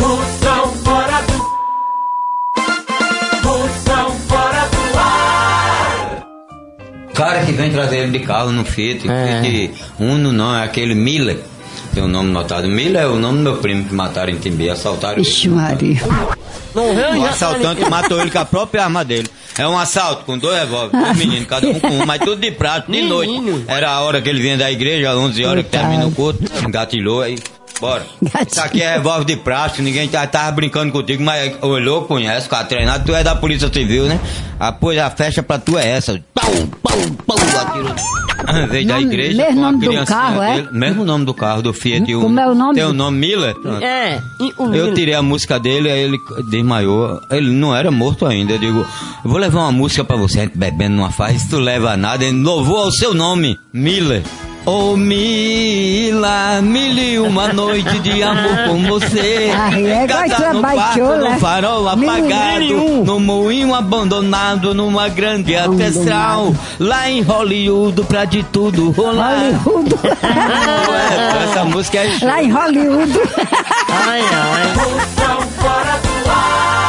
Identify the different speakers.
Speaker 1: Moção fora do. Moção fora do ar.
Speaker 2: Cara que vem trazer ele de carro no Fiat,
Speaker 3: É.
Speaker 2: Fiat Uno não, é aquele Miller. Tem o nome notado. Miller é o nome do meu primo que mataram em Timbi, assaltaram
Speaker 4: Ixi,
Speaker 2: ele.
Speaker 4: Maria.
Speaker 3: Morreu
Speaker 2: O um assaltante matou ele com a própria arma dele. É um assalto com dois revólveres, dois meninos, cada um com um, mas tudo de prato, de noite.
Speaker 3: Menino.
Speaker 2: Era a hora que ele vinha da igreja, às 11 horas que termina o culto, gatilhou aí. Bora.
Speaker 4: Gatilhou.
Speaker 2: Isso aqui é revólver de plástico, ninguém tá- tava brincando contigo, mas olhou, conhece, cara, treinado, tu é da polícia civil, né? Ah, pois a festa pra tu é essa. Pau, pau, pau, atirou. Ah, Veio da
Speaker 4: Nome-
Speaker 2: igreja.
Speaker 4: mesmo
Speaker 2: com a
Speaker 4: nome do
Speaker 2: criancinha
Speaker 4: carro, é?
Speaker 2: dele. Mesmo nome do carro, do Fiat
Speaker 4: Como
Speaker 2: Uno.
Speaker 4: é o nome?
Speaker 2: Tem o nome Miller? Pronto.
Speaker 3: É, e o
Speaker 2: Eu
Speaker 3: Lino.
Speaker 2: tirei a música dele, aí ele desmaiou. Ele não era morto ainda. Eu digo, eu vou levar uma música pra você, a gente bebendo numa faz, tu leva nada. Ele louvou ao seu nome, Miller. Ô Mila, mil e uma noite de amor com você.
Speaker 4: Ah, é, gosta
Speaker 2: Casa no
Speaker 4: da
Speaker 2: barco,
Speaker 4: baitola.
Speaker 2: no farol
Speaker 4: Mil e um.
Speaker 2: apagado, no moinho abandonado, numa grande ancestral. Lá em Hollywood, pra de tudo rolar.
Speaker 4: Hollywood.
Speaker 2: Essa música é
Speaker 4: Lá em Hollywood.
Speaker 3: Ai, ai.
Speaker 1: Moção fora do ar.